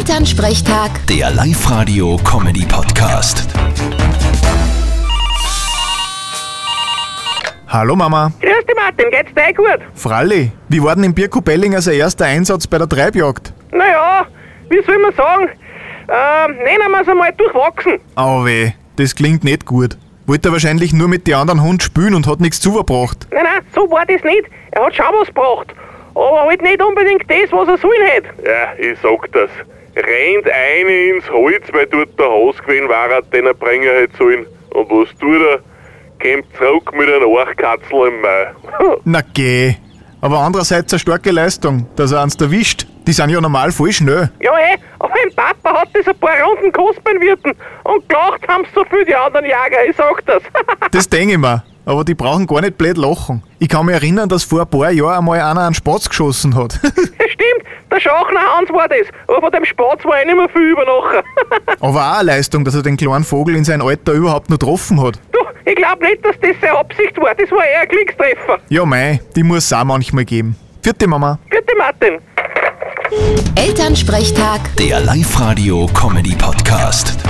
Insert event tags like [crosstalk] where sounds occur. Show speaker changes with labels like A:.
A: Elternsprechtag,
B: Der Live-Radio-Comedy-Podcast.
C: Hallo Mama.
D: Grüß dich, Martin, geht's dir gut?
C: Fralli, wie war denn im Birko Bellinger sein erster Einsatz bei der Treibjagd?
D: Naja, wie soll man sagen? Ähm, nennen wir es einmal durchwachsen.
C: Au weh, das klingt nicht gut. Wollte er wahrscheinlich nur mit den anderen Hund spielen und hat nichts zuverbracht.
D: Nein, nein, so war das nicht. Er hat schon was gebracht. Aber halt nicht unbedingt das, was er sollen hätte.
E: Ja, ich sag das. Rennt eine ins Holz, weil dort der Hase gewesen war, den er bringen hätte sollen. Und was tut er? Kommt zurück mit einem Archkatzel im Mai.
C: Na geh. Aber andererseits eine starke Leistung, dass er uns erwischt. Die sind ja normal voll schnell.
D: Ja, eh, aber mein Papa hat das ein paar Runden gekostet beim Wirten. Und gelacht haben so viel die anderen Jäger, ich sag das. [laughs]
C: Das denke ich mir. Aber die brauchen gar nicht blöd lachen. Ich kann mich erinnern, dass vor ein paar Jahren einmal einer einen Spatz geschossen hat. [laughs]
D: ja, stimmt, der Schachner Hans war das. Aber von dem Spatz war ich nicht mehr viel über nachher. [laughs]
C: Aber auch eine Leistung, dass er den kleinen Vogel in seinem Alter überhaupt noch getroffen hat.
D: du, ich glaub nicht, dass das seine Absicht war. Das war eher ein Glückstreffer.
C: Ja mei, die muss es auch manchmal geben. Vierte Mama.
D: Bitte, Martin.
A: Elternsprechtag.
B: Der Live-Radio-Comedy-Podcast.